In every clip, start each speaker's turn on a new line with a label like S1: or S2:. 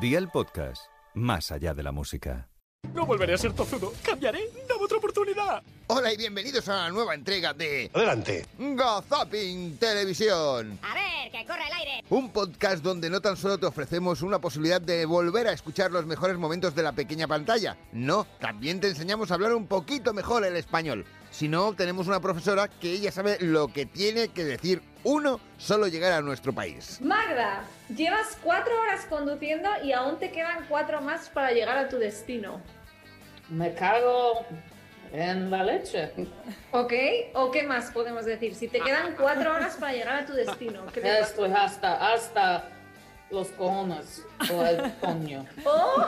S1: Día el podcast, más allá de la música.
S2: No volveré a ser tozudo. Cambiaré. Dame otra oportunidad.
S3: Hola y bienvenidos a la nueva entrega de
S4: Adelante.
S3: Gazapin Televisión.
S5: A ver, que corre el aire.
S3: Un podcast donde no tan solo te ofrecemos una posibilidad de volver a escuchar los mejores momentos de la pequeña pantalla, no, también te enseñamos a hablar un poquito mejor el español. Si no, tenemos una profesora que ella sabe lo que tiene que decir uno solo llegar a nuestro país.
S6: Magda, llevas cuatro horas conduciendo y aún te quedan cuatro más para llegar a tu destino.
S7: Me cago en la leche.
S6: ¿Ok? ¿O qué más podemos decir? Si te quedan cuatro horas para llegar a tu destino. ¿qué te pasa?
S7: Estoy hasta, hasta los cojones o el coño.
S6: ¡Oh!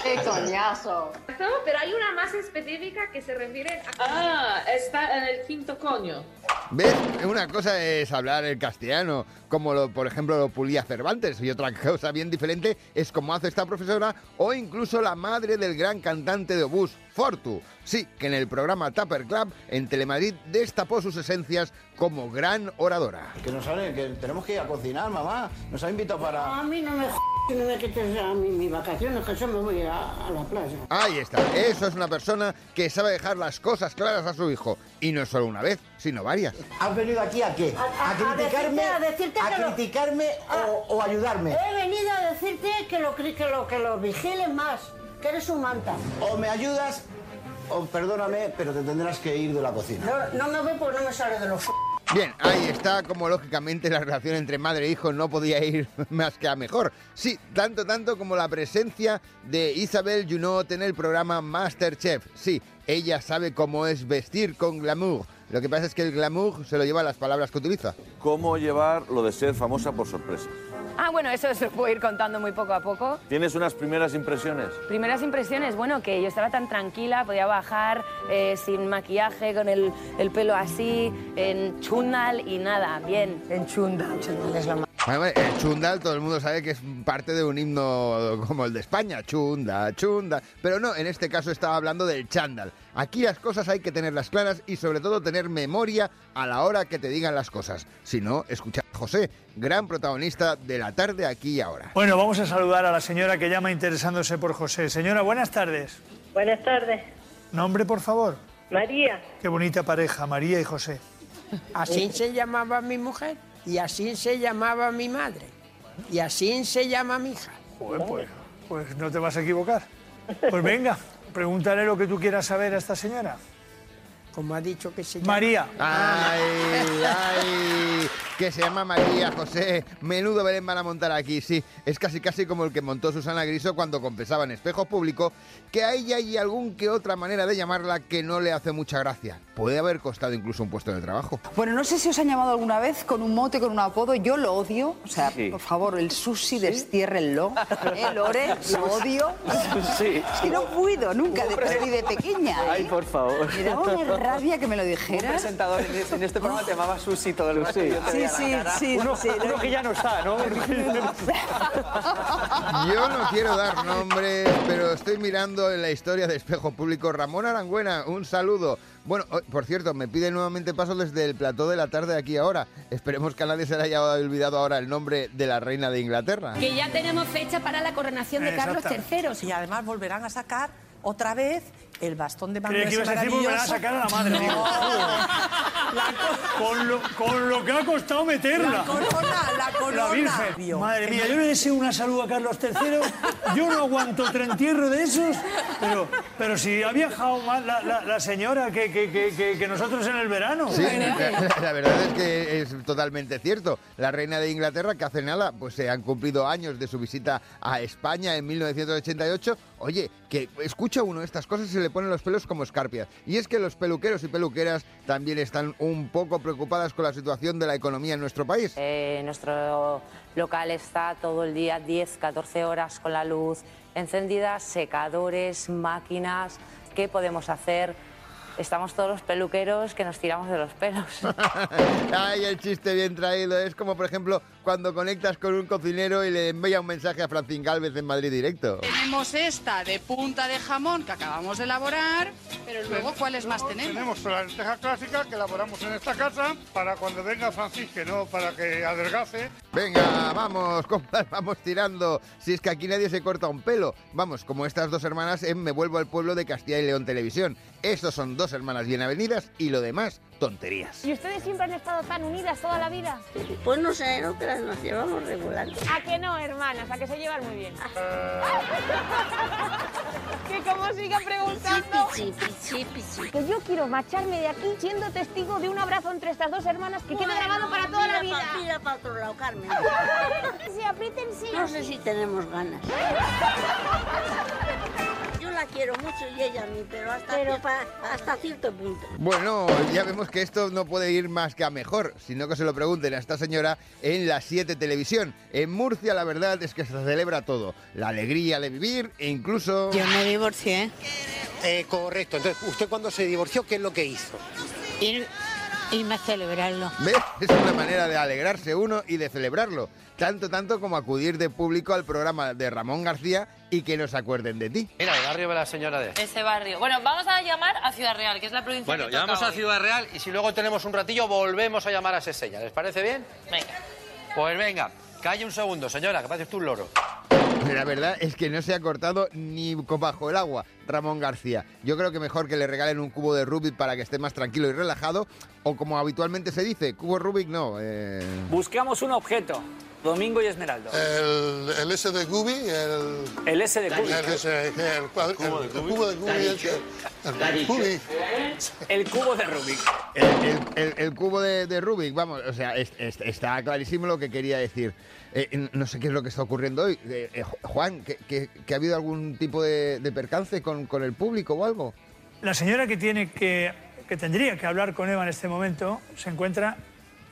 S8: ¡Qué coñazo!
S6: No, pero hay una más específica que se refiere a...
S7: Ah, está en el quinto coño.
S3: ¿Ves? Una cosa es hablar el castellano, como lo, por ejemplo lo pulía Cervantes, y otra cosa bien diferente es como hace esta profesora o incluso la madre del gran cantante de obús, Fortu. Sí, que en el programa Tupper Club en Telemadrid destapó sus esencias como gran oradora.
S9: Que nos sale, que tenemos que ir a cocinar, mamá. Nos ha invitado para.
S10: A mí no me j- que no me quites a mí mis vacaciones, que yo me voy a, a la playa.
S3: Ahí está, eso es una persona que sabe dejar las cosas claras a su hijo, y no solo una vez, sino varias.
S9: ¿Has venido aquí a qué?
S10: A- a- a
S9: criticarme?
S10: decirte- a decirte
S9: a
S10: que Ah. Eh. lo-
S9: criticarme o, o ayudarme?
S10: He venido a decirte que lo, cri- que lo, que lo vigiles más, que eres un manta.
S9: O me ayudas, o perdóname, pero te tendrás que ir de la cocina.
S10: No, no me voy porque no me sale de los... f-
S3: Bien, ahí está, como lógicamente la relación entre madre e hijo no podía ir más que a mejor. Sí, tanto tanto como la presencia de Isabel Junot en el programa Masterchef. Sí, ella sabe cómo es vestir con glamour. Lo que pasa es que el glamour se lo lleva a las palabras que utiliza.
S11: cómo llevar lo de ser famosa por sorpresa.
S12: Ah, bueno, eso os lo puedo ir contando muy poco a poco.
S11: ¿Tienes unas primeras impresiones?
S12: Primeras impresiones, bueno, que yo estaba tan tranquila, podía bajar eh, sin maquillaje, con el, el pelo así, en chundal y nada, bien.
S10: En chunda, chunda, es la ma-
S3: Bueno, hombre, el chundal todo el mundo sabe que es parte de un himno como el de España, chunda, chunda. Pero no, en este caso estaba hablando del chándal. Aquí las cosas hay que tenerlas claras y sobre todo tener memoria a la hora que te digan las cosas. Si no, escucha a José, gran protagonista de la tarde aquí y ahora.
S13: Bueno, vamos a saludar a la señora que llama interesándose por José. Señora, buenas tardes.
S14: Buenas tardes,
S13: Nombre, por favor.
S14: María.
S13: Qué bonita pareja, María y José.
S15: Así se llamaba mi mujer y así se llamaba mi madre y así se llama mi hija.
S13: Joder, pues, pues no te vas a equivocar. Pues venga, pregúntale lo que tú quieras saber a esta señora.
S15: Como ha dicho que se llama.
S13: María.
S3: Ay, ay, que se llama María José. Menudo Belén van a montar aquí, sí. Es casi casi como el que montó Susana Griso cuando compensaba en Espejo Público, que a ella hay algún que otra manera de llamarla que no le hace mucha gracia. Puede haber costado incluso un puesto de trabajo.
S16: Bueno, no sé si os han llamado alguna vez con un mote, con un apodo. Yo lo odio. O sea,
S11: Sí.
S16: por favor, el sushi, destiérrenlo. ¿Eh, Lore? Lo odio.
S11: Sí.
S16: Es que no puedo nunca, de- pero ni de pequeña. ¿eh?
S17: Ay, por favor.
S16: Me daba una rabia que me lo
S17: Un
S16: dijera.
S17: presentador en este- en este programa te llamaba Susi todo el rato.
S16: Sí,
S17: y yo te
S16: sí,
S17: veía la
S16: sí,
S17: cara.
S16: sí,
S17: Uno,
S16: sí,
S17: uno que ya no está, ¿no? Uno que ya no está.
S3: Yo no quiero dar nombre, pero estoy mirando en la historia de Espejo Público. Ramón Arangüena, un saludo. Bueno, o- por cierto, me pide nuevamente paso desde el plató de la tarde aquí ahora. Esperemos que a nadie se le haya olvidado ahora el nombre de la reina de Inglaterra.
S5: Que ya tenemos fecha para la coronación de Carlos III.
S18: Y además volverán a sacar otra vez el bastón de mando.
S13: Creía que ibas a decir
S18: maravilloso.
S13: volverán a sacar a la madre. digo. con, lo, con lo que ha costado meterla.
S18: La corona, la corona.
S13: La Virgen. Madre mía, yo le deseo una salud a Carlos III. Yo no aguanto otro entierro de esos. Pero, pero si ha viajado más la, la- la señora que, que- que- que- que nosotros en el verano.
S3: Sí, la, la verdad es que es totalmente cierto. La reina de Inglaterra, que hace nada, pues se han cumplido años de su visita a España en 1988. Oye, que escucha uno estas cosas y se le ponen los pelos como escarpias. Y es que los peluqueros y peluqueras también están un poco preocupadas con la situación de la economía en nuestro país.
S12: Eh, nuestro local está todo el día 10, 14 horas con la luz encendida, secadores, máquinas. ¿Qué podemos hacer? estamos todos los peluqueros que nos tiramos de los pelos.
S3: Ay, el chiste bien traído. Es como, por ejemplo, cuando conectas con un cocinero y le envía un mensaje a Francín Galvez en Madrid directo.
S4: Tenemos esta de punta de jamón que acabamos de elaborar, pero luego ¿cuáles más tenemos?
S14: Tenemos la lenteja clásica que elaboramos en esta casa para cuando venga Francis, que no, para que adelgace.
S3: Venga, vamos, compas, vamos tirando. Si es que aquí nadie se corta un pelo. Vamos, como estas dos hermanas en Me Vuelvo al Pueblo de Castilla y León Televisión. Estos son dos hermanas bien avenidas y lo demás, tonterías.
S19: ¿Y ustedes siempre han estado tan unidas toda la vida?
S20: Pues no sé, ¿no? Que las nos llevamos regular.
S19: ¿A que no, hermanas? ¿A que se llevan muy bien? que como siga preguntando...
S20: Que yo quiero marcharme de aquí siendo testigo de un abrazo entre estas dos hermanas que queda grabado para toda la vida. Mira para otro lado, Carmen. Se aprieten sí. No sé si tenemos ganas. Yo la quiero mucho y ella a mí, pero hasta, cier- hasta cierto punto.
S3: Bueno, ya vemos que esto no puede ir más que a mejor, sino que se lo pregunten a esta señora en la 7 Televisión. En Murcia la verdad es que se celebra todo, la alegría de vivir e incluso...
S21: Yo me divorcié.
S22: Eh, correcto. Entonces, ¿usted cuando se divorció qué es lo que hizo?
S21: Ir, irme a celebrarlo.
S3: ¿Ves? Es una manera de alegrarse uno y de celebrarlo, tanto tanto como acudir de público al programa de Ramón García y que nos acuerden de ti.
S23: Mira, el barrio de la señora de...
S24: Ese barrio. Bueno, vamos a llamar a Ciudad Real, que es la provincia
S23: Bueno,
S24: que toca
S23: llamamos a
S24: hoy.
S23: Ciudad Real y si luego tenemos un ratillo volvemos a llamar a Seseña. ¿Les parece bien?
S24: Venga.
S23: Pues venga, calle un segundo, señora, que pareces tú un loro.
S3: La verdad es que no se ha cortado ni co- bajo el agua Ramón García. Yo creo que mejor que le regalen un cubo de Rubik para que esté más tranquilo y relajado, o como habitualmente se dice, cubo Rubik no. eh,
S25: Buscamos un objeto. Domingo y Esmeraldo.
S26: El, el S de Gubi, el...
S25: El S de Gubi.
S26: El, S, el cuadro- el cubo de Gubi. el- el- el Gubi.
S25: El cubo de Rubik.
S3: El, el- el- el cubo de, de Rubik, vamos, o sea, es- es- está clarísimo lo que quería decir. Eh, eh, no sé qué es lo que está ocurriendo hoy. Eh, eh, Ju- Juan, ¿que, que- que ha habido algún tipo de, de percance con, con el público o algo?
S13: La señora que, tiene que, que tendría que hablar con Eva en este momento se encuentra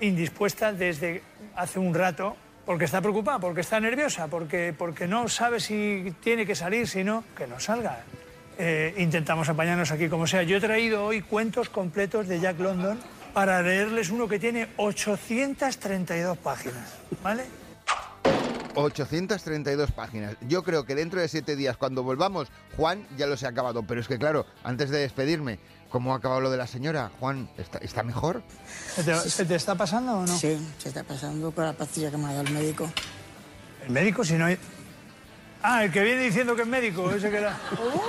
S13: indispuesta desde hace un rato porque está preocupada, porque está nerviosa, porque, porque no sabe si tiene que salir, si no, que no salga. Eh, intentamos apañarnos aquí como sea. Yo he traído hoy cuentos completos de Jack London para leerles uno que tiene 832 páginas, ¿vale?
S3: 832 páginas. Yo creo que dentro de siete días, cuando volvamos, Juan ya los he acabado. Pero es que, claro, antes de despedirme, ¿cómo ha acabado lo de la señora? Juan, ¿está, está mejor?
S13: ¿Se te, se te está pasando o no?
S21: Sí, se está pasando con la pastilla que me ha dado el médico.
S13: El médico, si no hay... Ah, el que viene diciendo que es médico, ese que da. Oh.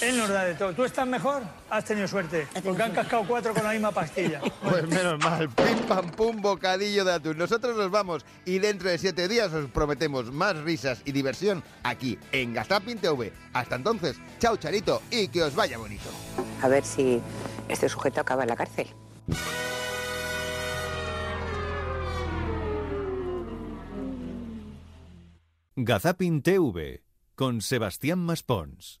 S13: Él nos da de todo. ¿Tú estás mejor? Has tenido suerte, porque han cascado cuatro con la misma pastilla.
S3: Pues menos mal. Pim, pam, pum, bocadillo de atún. Nosotros nos vamos y dentro de siete días os prometemos más risas y diversión aquí en Gazapin TV. Hasta entonces, chao Charito y que os vaya bonito.
S27: A ver si este sujeto acaba en la cárcel.
S1: Gazapin TV con Sebastián Maspons.